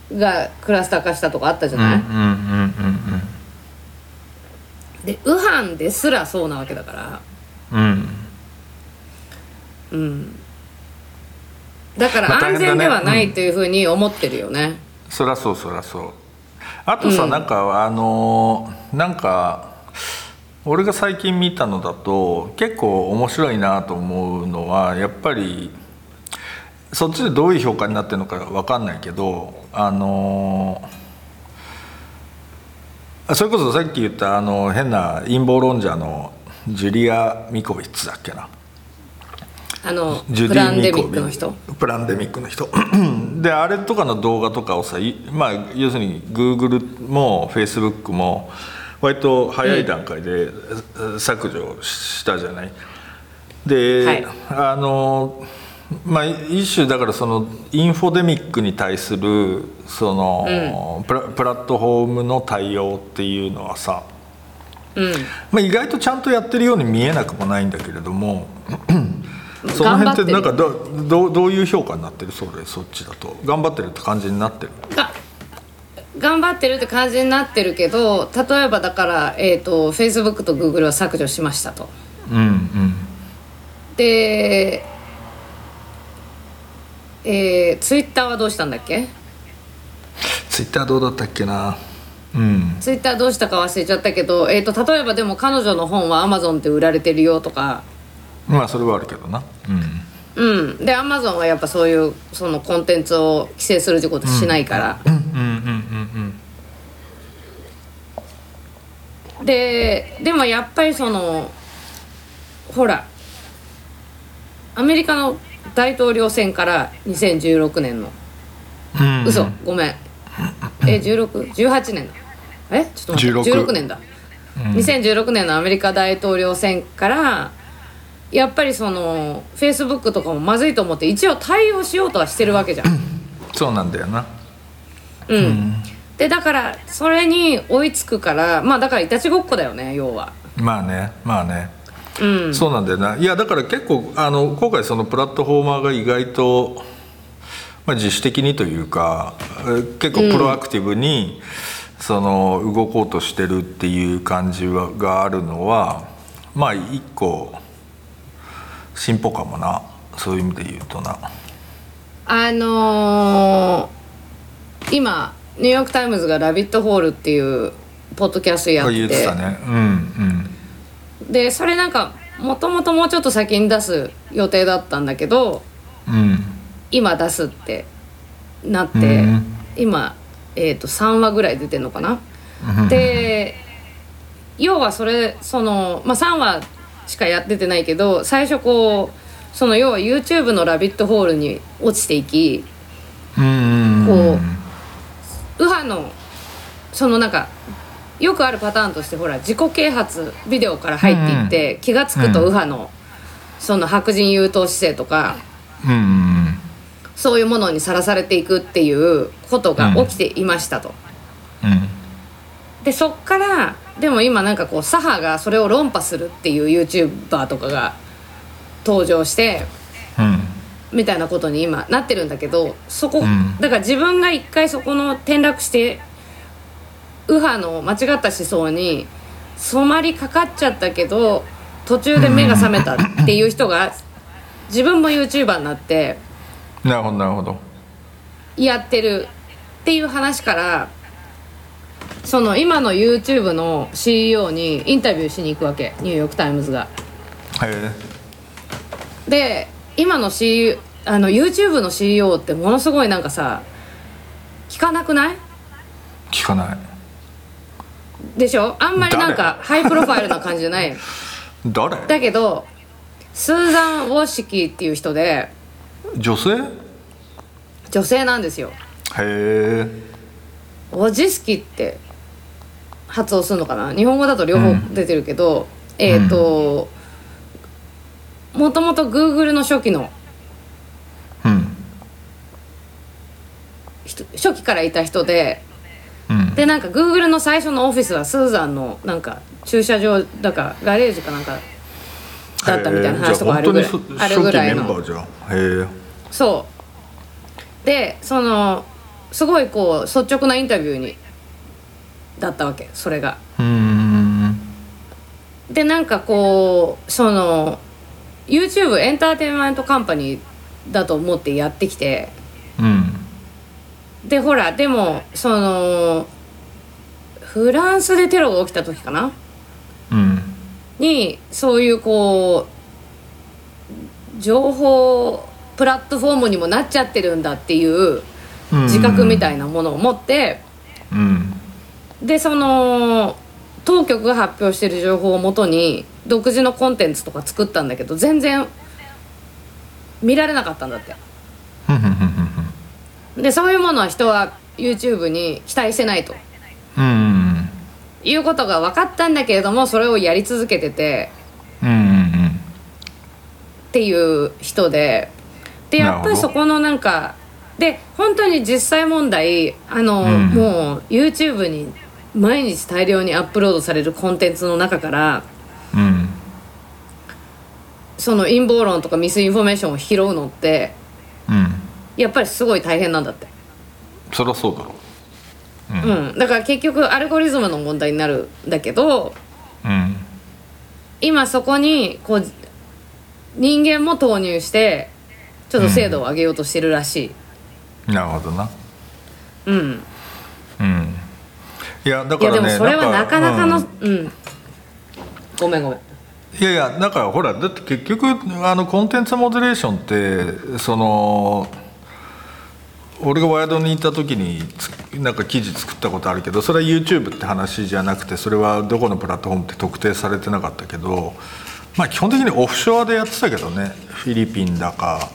[SPEAKER 2] うん
[SPEAKER 1] がクラスター化したとかあったじゃ
[SPEAKER 2] うんうんう
[SPEAKER 1] ない、
[SPEAKER 2] ん
[SPEAKER 1] で右派ですらそうなわけだから
[SPEAKER 2] うんうん
[SPEAKER 1] だか
[SPEAKER 2] まあ
[SPEAKER 1] ら
[SPEAKER 2] 大変だ
[SPEAKER 1] 安
[SPEAKER 2] ね
[SPEAKER 1] 全ではないというふうに思ってるよね,、
[SPEAKER 2] そりゃそうそりゃそうあとさ、なんかあのーなんか俺が最近見たのだと結構面白いなと思うのはやっぱりそっちでどういう評価になってるのかわかんないけどあのーそれこそさっき言ったあの変な陰謀論者のジュリア・ミコビッツだっけな
[SPEAKER 1] あの
[SPEAKER 2] ジュ
[SPEAKER 1] プ
[SPEAKER 2] デ
[SPEAKER 1] ラ
[SPEAKER 2] ィ
[SPEAKER 1] ン
[SPEAKER 2] ミ
[SPEAKER 1] デ
[SPEAKER 2] コビ
[SPEAKER 1] ミックの人
[SPEAKER 2] プランデミックの人 であれとかの動画とかをさ、いまあ、要するにグーグルもフェイスブックも割と早い段階でえ削除したじゃない、で、
[SPEAKER 1] はい
[SPEAKER 2] あのまあ一種だからそのインフォデミックに対するその、プラプラットフォームの対応っていうのはさ、
[SPEAKER 1] うん
[SPEAKER 2] まあ、意外とちゃんとやってるように見えなくもないんだけれどもその
[SPEAKER 1] 頑張
[SPEAKER 2] 辺
[SPEAKER 1] っ
[SPEAKER 2] ってて
[SPEAKER 1] る
[SPEAKER 2] なんかどどうどういう評価になってるそれそっちだと頑張ってるって感じになってる
[SPEAKER 1] が頑張ってるって感じになってるけど例えばだから、えー、と Facebook と Google は削除しましたと
[SPEAKER 2] うんうん
[SPEAKER 1] で、えー、Twitter はどうしたんだっけ
[SPEAKER 2] ツイッターどうだったっけなうん
[SPEAKER 1] ツイッターどうしたか忘れちゃったけど、えー、と例えばでも彼女の本は Amazon で売られてるよとか
[SPEAKER 2] まあそれはあるけどなうん
[SPEAKER 1] うんで Amazon はやっぱそういうそのコンテンツを規制するってことしないから、ででもやっぱりそのほらアメリカの大統領選から2016年の
[SPEAKER 2] うん
[SPEAKER 1] 嘘ごめんえ1618年だえちょっと待って
[SPEAKER 2] 16
[SPEAKER 1] 16年だ、2016年のアメリカ大統領選からやっぱりそのフェイスブックとかもまずいと思って一応対応しようとはしてるわけじゃん
[SPEAKER 2] そうなんだよな
[SPEAKER 1] うん、でだからそれに追いつくからまあだからいたちごっこだよね要は
[SPEAKER 2] まあねまあね、そうなんだよないやだから結構あの今回そのプラットフォーマーが意外と、まあ、自主的にというかえー結構プロアクティブに、その動こうとしてるっていう感じはがあるのはまあ一個進歩かもなそういう意味で言うとな
[SPEAKER 1] あのー今ニューヨーク・タイムズが「ラビットホール」っていうポッドキャストやって
[SPEAKER 2] 言ってたねうんうん
[SPEAKER 1] でそれなんかもともともうちょっと先に出す予定だったんだけど
[SPEAKER 2] うん
[SPEAKER 1] 今出すってなって、
[SPEAKER 2] うん
[SPEAKER 1] 今、えー、と3話ぐらい出てんのかな、で要はそれその、まあ、3話しかやっててないけど最初こうその要は YouTube の「ラビットホール」に落ちていき
[SPEAKER 2] うん
[SPEAKER 1] こ
[SPEAKER 2] う、
[SPEAKER 1] うん右派のそのなんかよくあるパターンとしてほら自己啓発ビデオから入っていって、気が付くと右派のその白人優等姿勢とか
[SPEAKER 2] うんうん
[SPEAKER 1] そういうものにさらされていくっていうことが起きていましたと。
[SPEAKER 2] うん
[SPEAKER 1] でそっからでも今なんかこう左派がそれを論破するっていう YouTuber とかが登場して
[SPEAKER 2] うん
[SPEAKER 1] みたいなことに今なってるんだけどそこ、
[SPEAKER 2] ん
[SPEAKER 1] だから自分が一回そこの転落して右派の間違った思想に染まりかかっちゃったけど途中で目が覚めたっていう人が自分も YouTuber になって
[SPEAKER 2] なるほどなるほど
[SPEAKER 1] やってるっていう話からその今の YouTube の CEO にインタビューしに行くわけニューヨーク・タイムズが。
[SPEAKER 2] へ
[SPEAKER 1] で今の CEO あの YouTube の CEO ってものすごいなんかさ聞かなくない
[SPEAKER 2] え聞かない
[SPEAKER 1] でしょあんまりなんかハイプロファイルな感じじゃないよ
[SPEAKER 2] 誰
[SPEAKER 1] だけどスーザン・ウォッシキーっていう人で
[SPEAKER 2] 女性へ
[SPEAKER 1] 女性なんですよ
[SPEAKER 2] え
[SPEAKER 1] ウォジスキって発音するのかな日本語だと両方出てるけど、えっ、ともともと Google の初期の
[SPEAKER 2] うん
[SPEAKER 1] 人初期からいた人で
[SPEAKER 2] うん
[SPEAKER 1] でなんか Google の最初のオフィスはスーザンのなんか駐車場だかガレージかなんかだったみたいな話とかあるぐらい
[SPEAKER 2] へえじゃあ本当にそ
[SPEAKER 1] あるぐらい
[SPEAKER 2] 初期メン
[SPEAKER 1] の
[SPEAKER 2] バーじゃんへ
[SPEAKER 1] そうでそのすごいこう率直なインタビューにだったわけそれが
[SPEAKER 2] えうん
[SPEAKER 1] でなんかこうその YouTube エンターテインメントカンパニーだと思ってやってきて
[SPEAKER 2] うん
[SPEAKER 1] でほらでもそのフランスでテロが起きた時かな
[SPEAKER 2] うん
[SPEAKER 1] にそういうこう情報プラットフォームにもなっちゃってるんだっていう
[SPEAKER 2] うん
[SPEAKER 1] 自覚みたいなものを持って、
[SPEAKER 2] うん
[SPEAKER 1] でその当局が発表してる情報をもとに独自のコンテンツとか作ったんだけど全然見られなかったんだって
[SPEAKER 2] ふんふんふんふんふん
[SPEAKER 1] でそういうものは人は YouTube に期待してないと
[SPEAKER 2] うん
[SPEAKER 1] いうことが分かったんだけれどもそれをやり続けてて
[SPEAKER 2] うんうん
[SPEAKER 1] っていう人でで
[SPEAKER 2] なる
[SPEAKER 1] やっ
[SPEAKER 2] ほ
[SPEAKER 1] ぱ
[SPEAKER 2] ど
[SPEAKER 1] りそこのなんかで本当に実際問題あの、
[SPEAKER 2] ん
[SPEAKER 1] もう YouTube に毎日大量にアップロードされるコンテンツの中から
[SPEAKER 2] うんうん
[SPEAKER 1] その陰謀論とかミスインフォメーションを拾うのって
[SPEAKER 2] うん
[SPEAKER 1] やっぱりすごい大変なんだって、
[SPEAKER 2] そりゃそうだろ
[SPEAKER 1] うん、だから結局アルゴリズムの問題になるんだけど
[SPEAKER 2] うん
[SPEAKER 1] 今そこにこう人間も投入してちょっと精度を上げようとしてるらしい。
[SPEAKER 2] なるほどな
[SPEAKER 1] うん、
[SPEAKER 2] うんいやだ
[SPEAKER 1] い
[SPEAKER 2] か
[SPEAKER 1] やで
[SPEAKER 2] ら
[SPEAKER 1] も
[SPEAKER 2] ね
[SPEAKER 1] それはなかなか
[SPEAKER 2] う
[SPEAKER 1] の
[SPEAKER 2] ん
[SPEAKER 1] うんごめんごめん
[SPEAKER 2] いやいやだからほらだって結局あのコンテンツモデレーションってその俺がワイドにいた時につなんか記事作ったことあるけどそれは YouTube って話じゃなくてそれはどこのプラットフォームって特定されてなかったけど、まあ、基本的にオフショアでやってたけどねフィリピンだか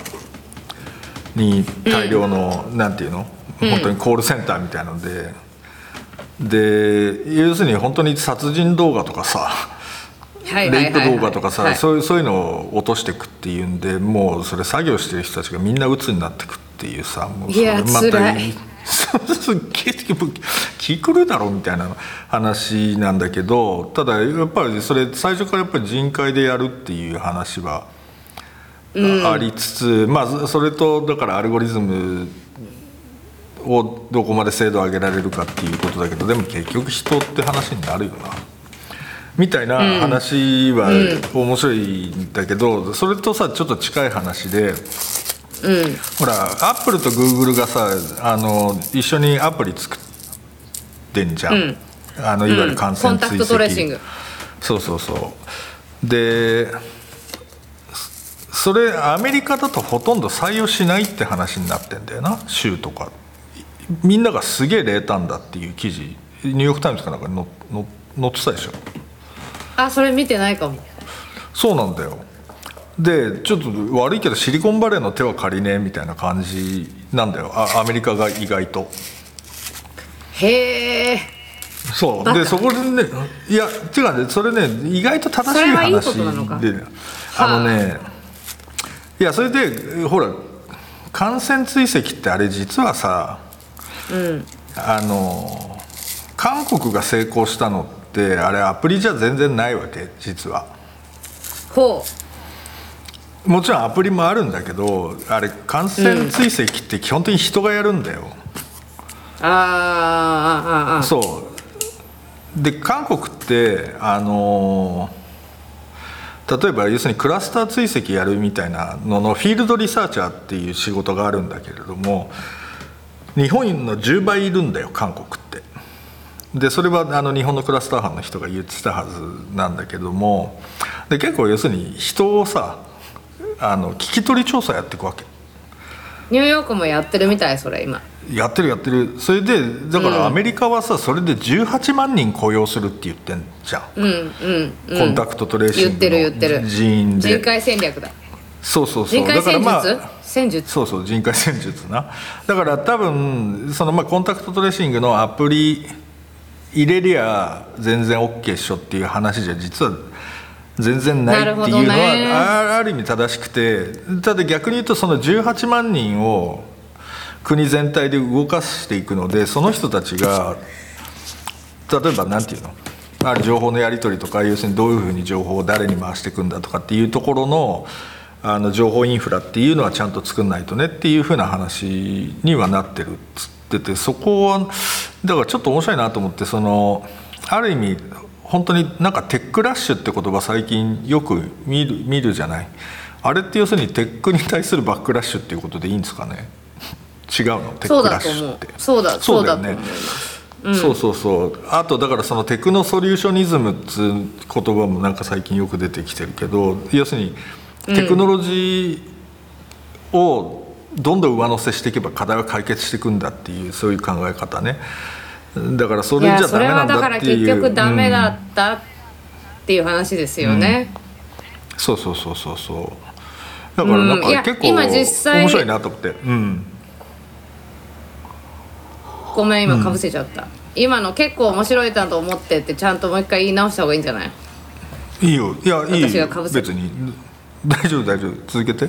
[SPEAKER 2] に大量の、なんていうの本当にコールセンターみたいので、で要するに本当に殺人動画とかさ
[SPEAKER 1] はいはい
[SPEAKER 2] レイ
[SPEAKER 1] は
[SPEAKER 2] プ
[SPEAKER 1] いはい
[SPEAKER 2] 動画とかさ、
[SPEAKER 1] はい
[SPEAKER 2] そういうそういうのを落としていくっていうんでもうそれ作業してる人たちがみんな鬱になってくっていうさもうそれ
[SPEAKER 1] いや
[SPEAKER 2] ま
[SPEAKER 1] 辛
[SPEAKER 2] た
[SPEAKER 1] い
[SPEAKER 2] そうそう結局気狂うだろみたいな話なんだけどただやっぱりそれ最初からやっぱり人海でやるっていう話はありつつ、まあそれとだからアルゴリズムをどこまで精度を上げられるかっていうことだけどでも結局人って話になるよなみたいな話は面白いんだけど、それとさちょっと近い話で、ほらアップルとグーグルがさあの一緒にアプリ作ってんじゃん、あのいわゆる感
[SPEAKER 1] コ
[SPEAKER 2] 染
[SPEAKER 1] ン
[SPEAKER 2] 追
[SPEAKER 1] タ
[SPEAKER 2] 跡、
[SPEAKER 1] クトトレーシング
[SPEAKER 2] そうそうそうでそそれアメリカだとほとんど採用しないって話になってんだよな州とかみんながすげえ冷淡だっていう記事ニューヨーク・タイムズかなんかに載載載ってたでしょ
[SPEAKER 1] あそれ見てないかも
[SPEAKER 2] そうなんだよでちょっと悪いけどシリコンバレーの手は借りねえみたいな感じなんだよあアメリカが意外と
[SPEAKER 1] へえ
[SPEAKER 2] そうでそこでねいや違うねそれね意外と正しい
[SPEAKER 1] それはい
[SPEAKER 2] 話
[SPEAKER 1] いことなのか
[SPEAKER 2] であのねいやそれでほら感染追跡ってあれ実はさ、あの韓国が成功したのってあれアプリじゃ全然ないわけ実は。
[SPEAKER 1] ほ
[SPEAKER 2] もちろんアプリもあるんだけどあれ感染追跡って基本的に人がやるんだよ、
[SPEAKER 1] あーあーあーあー
[SPEAKER 2] そうで韓国ってあのー例えば要するにクラスター追跡やるみたいなののフィールドリサーチャーっていう仕事があるんだけれども日本の10倍いるんだよ韓国ってでそれはあの日本のクラスター班の人が言ってたはずなんだけどもで結構要するに人をさあの聞き取り調査やっていくわけ
[SPEAKER 1] ニューヨークもやってるみたいそれ今
[SPEAKER 2] やってるやってるそれでだか
[SPEAKER 1] うん
[SPEAKER 2] らアメリカはさ、それで18万人雇用するって言ってんじゃん、
[SPEAKER 1] うんうんうん
[SPEAKER 2] コンタクトトレーシ
[SPEAKER 1] 言っ
[SPEAKER 2] ング
[SPEAKER 1] てる言って
[SPEAKER 2] の
[SPEAKER 1] る
[SPEAKER 2] 人員で
[SPEAKER 1] 人海戦略だ
[SPEAKER 2] そうそうそう
[SPEAKER 1] 人海戦
[SPEAKER 2] だ
[SPEAKER 1] 術、
[SPEAKER 2] からまあ
[SPEAKER 1] 戦術
[SPEAKER 2] そうそう人海戦術なだから多分そのまあコンタクトトレーシングのアプリ入れりゃ全然 OK っしょっていう話じゃ実は全然ないっていうのは
[SPEAKER 1] なるほどね
[SPEAKER 2] あある意味正しくてただ逆に言うとその18万人を国全体で動かしていくのでその人たちが例えばなんていうのある情報のやり取りとか要するにどういうふうに情報を誰に回していくんだとかっていうところのあの情報インフラっていうのはちゃんと作んないとねっていうふうな話にはなってるっつっててそこはだからちょっと面白いなと思ってそのある意味本当になんかテックラッシュって言葉最近よく見る見るじゃないあれって要するにテックに対するバックラッシュっていうことでいいんですかね違うのテッ
[SPEAKER 1] そう
[SPEAKER 2] クラ
[SPEAKER 1] だ
[SPEAKER 2] ッ
[SPEAKER 1] と
[SPEAKER 2] シュ
[SPEAKER 1] 思
[SPEAKER 2] っ
[SPEAKER 1] う
[SPEAKER 2] て
[SPEAKER 1] そうだ
[SPEAKER 2] そうだよ
[SPEAKER 1] と思
[SPEAKER 2] ね
[SPEAKER 1] います
[SPEAKER 2] そうそうそうあとだからそのテクノソリューショニズムっつう言葉もなんか最近よく出てきてるけど要するにテクノロジーをどんどん上乗せしていけば課題は解決していくんだっていうそういう考え方ねだからそ
[SPEAKER 1] い
[SPEAKER 2] れじ
[SPEAKER 1] や
[SPEAKER 2] ゃ
[SPEAKER 1] そ
[SPEAKER 2] ダ
[SPEAKER 1] れ
[SPEAKER 2] メな
[SPEAKER 1] は
[SPEAKER 2] ん
[SPEAKER 1] だか
[SPEAKER 2] だ
[SPEAKER 1] ら
[SPEAKER 2] っていう
[SPEAKER 1] 結局ダメだ
[SPEAKER 2] うん
[SPEAKER 1] ったっていう話ですよね、
[SPEAKER 2] そうそうそうそうそうだからなん
[SPEAKER 1] うんいや
[SPEAKER 2] か結構
[SPEAKER 1] 今実際
[SPEAKER 2] 面白いなと思ってうん
[SPEAKER 1] ごめん今かぶせちゃった、今の結構面白いだと思ってってちゃんともう一回言い直した方がいいんじゃない
[SPEAKER 2] いいよいやいい
[SPEAKER 1] 私が
[SPEAKER 2] よ
[SPEAKER 1] 被せ
[SPEAKER 2] 別に大丈夫大丈夫続 けて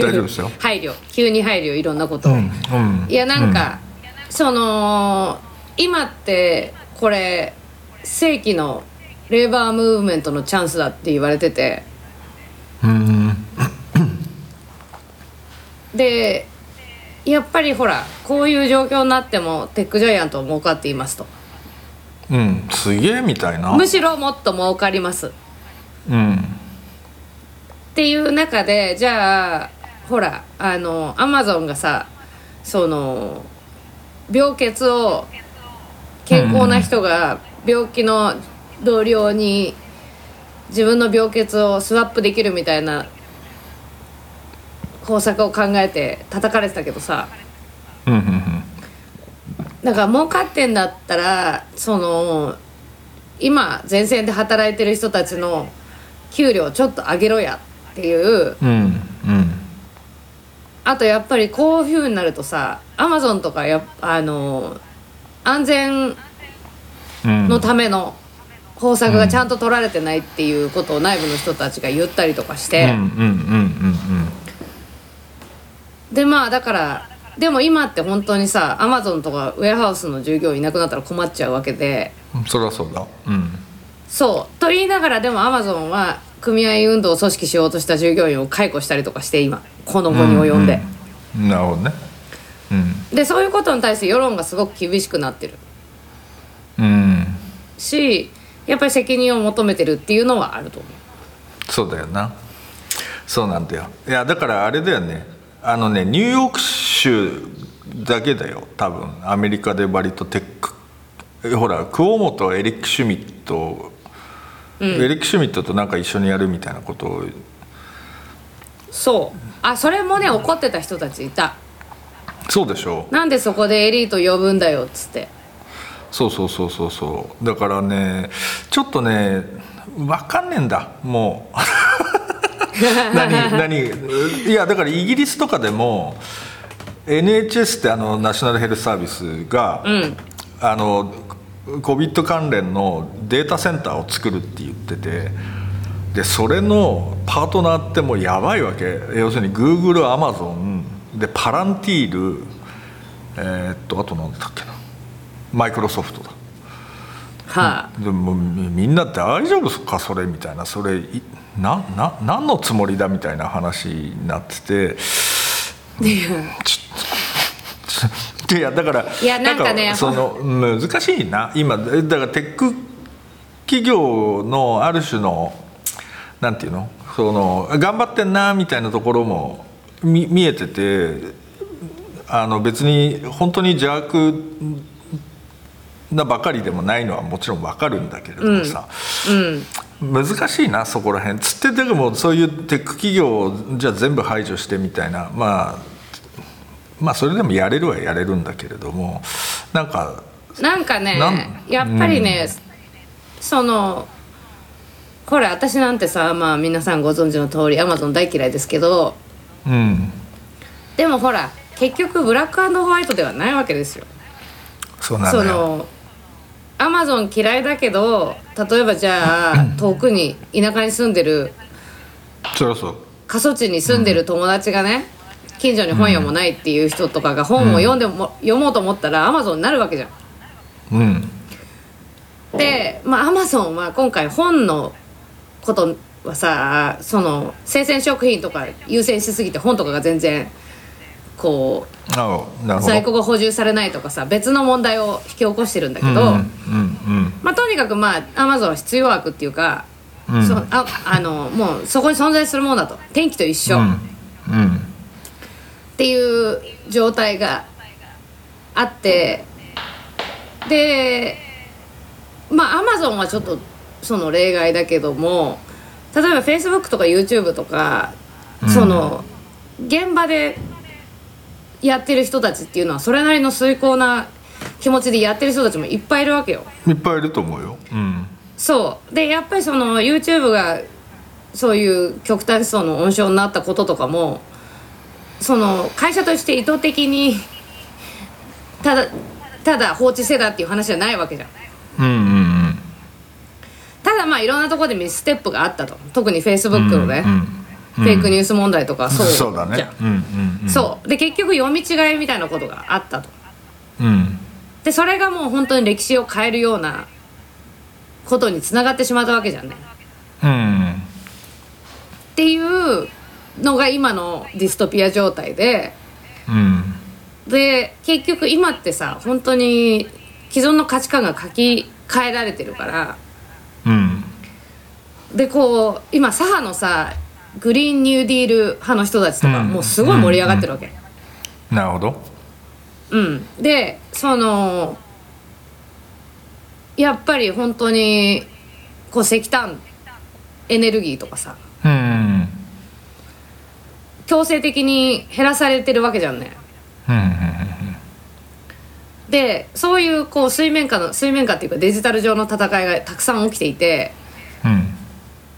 [SPEAKER 2] 大丈夫ですよ
[SPEAKER 1] 配慮急に配慮いろんなことを、
[SPEAKER 2] うんうん
[SPEAKER 1] いやなんか、その今ってこれ正規のレーバームーブメントのチャンスだって言われててでやっぱりほらこういう状況になってもテックジャイアントは儲かっていますと
[SPEAKER 2] うん、すげえみたいな。
[SPEAKER 1] むしろもっと儲かります
[SPEAKER 2] うん、
[SPEAKER 1] っていう中でじゃあほらあのアマゾンがさその病欠を健康な人が病気の同僚に自分の病欠をスワップできるみたいな方策を考えて叩かれてたけどさ
[SPEAKER 2] うん、うん、
[SPEAKER 1] だから儲かってんだったらその今前線で働いてる人たちの給料ちょっと上げろやっていう
[SPEAKER 2] うん、うん、
[SPEAKER 1] あとやっぱりこういう風になるとさアマゾンとかやっあの安全
[SPEAKER 2] うん、
[SPEAKER 1] のための方策がちゃんと取られてないっていうことを内部の人たちが言ったりとかし
[SPEAKER 2] うん、う
[SPEAKER 1] て、
[SPEAKER 2] ん、うん、
[SPEAKER 1] でまあだからでも今って本当にさアマゾンとかウェアハウスの従業員いなくなったら困っちゃうわけで
[SPEAKER 2] うん、そりゃそうだ。うん、
[SPEAKER 1] そうと言いながらでもアマゾンは組合運動を組織しようとした従業員を解雇したりとかして今この後に及んで、
[SPEAKER 2] なるほどね。
[SPEAKER 1] でそういうことに対して世論がすごく厳しくなってる
[SPEAKER 2] うん、うん、
[SPEAKER 1] しやっぱり責任を求めてるっていうのはあると思
[SPEAKER 2] そうだよな。そうなんだよ。いや、だからあれだよね。あのね、ニューヨーク州だけだよ。多分アメリカで割とテック。えほら、クオモとエリックシュミット。エリック・シュミットとなんか一緒にやるみたいなことを
[SPEAKER 1] うそうあそれもね怒ってた人たちいた
[SPEAKER 2] そうでしょう
[SPEAKER 1] なんでそこでエリート呼ぶんだよっつって
[SPEAKER 2] そうそうそうそうそうだからねちょっとね分かんねえんだもう 何何いやだからイギリスとかでも NHS ってあのナショナルヘルスサービスが、あの COVID 関連のデータセンターを作るって言っててでそれのパートナーってもうやばいわけ要するに Google、Amazon でパランティールえーっとあと何だったっけなマイクロソフトだ
[SPEAKER 1] はあ
[SPEAKER 2] でもみみんな大丈夫かそれみたいなそれいなな何のつもりだみたいな話になってて
[SPEAKER 1] いや
[SPEAKER 2] いやだから
[SPEAKER 1] いやなんかね
[SPEAKER 2] だらその難しいな今だからテック企業のある種のなんていうのその頑張ってんなみたいなところも見見えててあの別に本当に邪悪なばかりでもないのはもちろんわかるんだけれどもさ、
[SPEAKER 1] うん
[SPEAKER 2] 難しいなそこら辺つってでもそういうテック企業をじゃあ全部排除してみたいなまあまあそれでもやれるはやれるんだけれどもなんか
[SPEAKER 1] なんかね
[SPEAKER 2] なん
[SPEAKER 1] やっぱりね、そのこれ私なんてさまあ皆さんご存知の通りアマゾン大嫌いですけど
[SPEAKER 2] うん
[SPEAKER 1] でもほら結局ブラックホワイトではないわけですよ。
[SPEAKER 2] そうなん
[SPEAKER 1] そ
[SPEAKER 2] だよ
[SPEAKER 1] のアマゾン嫌いだけど例えばじ ゃあ遠くに田舎に住んでる
[SPEAKER 2] そろそろ
[SPEAKER 1] 過疎地に住んでる友達がね、近所に本屋もないっていう人とかが本を読んでも、読もうと思ったらアマゾンになるわけじゃん。
[SPEAKER 2] うん
[SPEAKER 1] で、まあ、アマゾンは今回本のことはさその生鮮食品とか優先しすぎて本とかが全然こ
[SPEAKER 2] あなるほど
[SPEAKER 1] う在庫が補充されないとかさ別の問題を引き起こしてるんだけど、
[SPEAKER 2] うんうん
[SPEAKER 1] まあ、とにかくまあアマゾンは必要悪っていうか、
[SPEAKER 2] うん
[SPEAKER 1] そああのもうそこに存在するものだと天気と一緒、
[SPEAKER 2] うんう
[SPEAKER 1] っ
[SPEAKER 2] んうん
[SPEAKER 1] ていう状態があってでまあアマゾンはちょっとその例外だけども例えば Facebook とか YouTube とかその、現場でやってる人たちっていうのはそれなりの崇高な気持ちでやってる人たちもいっぱいいるわけよ。
[SPEAKER 2] いっぱいいると思うようん
[SPEAKER 1] そうでやっぱりその YouTube がそういう極端思想の温床になったこととかもその会社として意図的にただただ放置してたっていう話じゃないわけじゃん
[SPEAKER 2] うんうん
[SPEAKER 1] ただまあいろんなところでミステップがあったと特に Facebook のね、
[SPEAKER 2] うん
[SPEAKER 1] フェイクニュース問題とか
[SPEAKER 2] う
[SPEAKER 1] そ
[SPEAKER 2] ん
[SPEAKER 1] う
[SPEAKER 2] そうだ
[SPEAKER 1] じ
[SPEAKER 2] ね
[SPEAKER 1] ゃん
[SPEAKER 2] うんうん
[SPEAKER 1] そうで結局読み違いみたいなことがあったと
[SPEAKER 2] うん
[SPEAKER 1] でそれがもう本当に歴史を変えるようなことにつながってしまったわけじゃんね
[SPEAKER 2] うん
[SPEAKER 1] っていうのが今のディストピア状態で
[SPEAKER 2] うん
[SPEAKER 1] で結局今ってさ本当に既存の価値観が書き換えられてるから
[SPEAKER 2] うん
[SPEAKER 1] でこう今左派のさグリーンニューディール派の人たちとか、
[SPEAKER 2] うん
[SPEAKER 1] もうすごい盛り上がってるわけ。
[SPEAKER 2] なるほど
[SPEAKER 1] うん、でそのやっぱり本当にこう石炭エネルギーとかさ
[SPEAKER 2] うん
[SPEAKER 1] 強制的に減らされてるわけじゃんね。
[SPEAKER 2] うんうん
[SPEAKER 1] でそういうこう水面下の水面下っていうかデジタル上の戦いがたくさん起きていて
[SPEAKER 2] うん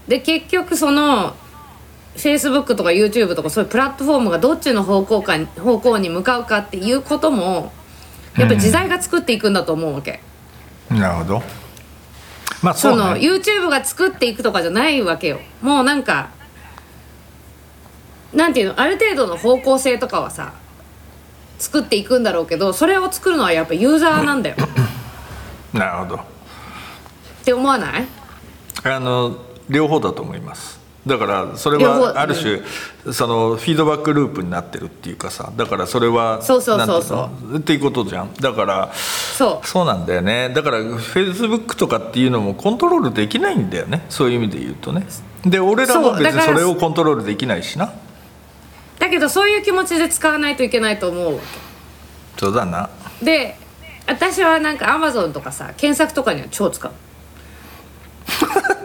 [SPEAKER 1] で結局その Facebook とか YouTube とかそういうプラットフォームがどっちの方向かに方向に向かうかっていうこともやっぱり時代が作っていくんだと思うわけ、
[SPEAKER 2] うんなるほどまあ
[SPEAKER 1] そ
[SPEAKER 2] そう
[SPEAKER 1] の
[SPEAKER 2] ね
[SPEAKER 1] YouTube が作っていくとかじゃないわけよもうなんかなんていうのある程度の方向性とかはさ作っていくんだろうけどそれを作るのはやっぱユーザーなんだよ
[SPEAKER 2] なるほど
[SPEAKER 1] って思わない
[SPEAKER 2] あの両方だと思いますだからそれ
[SPEAKER 1] 両
[SPEAKER 2] は
[SPEAKER 1] 方
[SPEAKER 2] ある種、そのフィードバックループになってるっていうかさだからそれは
[SPEAKER 1] そうそうそうそう
[SPEAKER 2] なんていのっていうことじゃんだから
[SPEAKER 1] そう
[SPEAKER 2] そうなんだよねだからフェイスブックとかっていうのもコントロールできないんだよねそういう意味で言うとねで俺らも
[SPEAKER 1] そう
[SPEAKER 2] 別
[SPEAKER 1] だ
[SPEAKER 2] に
[SPEAKER 1] から
[SPEAKER 2] それをコントロールできないしな
[SPEAKER 1] だけどそういう気持ちで使わないといけないと思うわ
[SPEAKER 2] そうだな
[SPEAKER 1] けで私はなんかアマゾンとかさ検索とかには超使う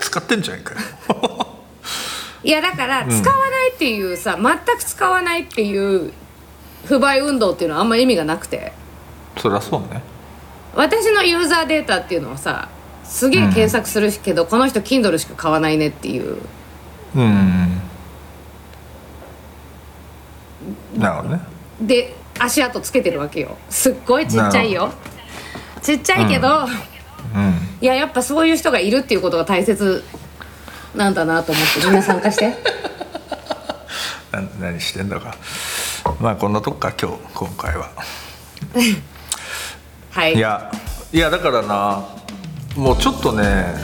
[SPEAKER 2] 使ってんじゃないかよ
[SPEAKER 1] いやだから使わないっていうさ、全く使わないっていう不買運動っていうのはあんま意味がなくて
[SPEAKER 2] そりゃそうね
[SPEAKER 1] 私のユーザーデータっていうのはさすげえ検索するけど、この人 Kindle しか買わないねっていう
[SPEAKER 2] うんなるほどね
[SPEAKER 1] で足跡つけてるわけよすっごいちっちゃいよちっちゃいけど、
[SPEAKER 2] うん
[SPEAKER 1] いややっぱそういう人がいるっていうことが大切なんだなと思ってみんな参 加して
[SPEAKER 2] な何してんだかまあこんなとこか今日今回は
[SPEAKER 1] はい
[SPEAKER 2] いやいやだからなもうちょっとね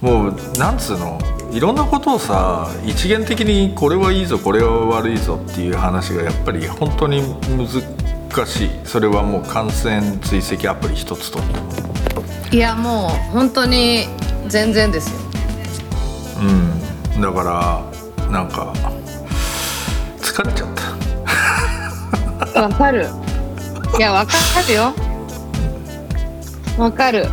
[SPEAKER 2] もうなんつうのいろんなことをさ一元的にこれはいいぞこれは悪いぞっていう話がやっぱり本当に難しいそれはもう感染追跡アプリ一つとっても
[SPEAKER 1] いやもう本当に全然ですよ
[SPEAKER 2] うんだからなんか疲れちゃった
[SPEAKER 1] わかるいやわかるよわかる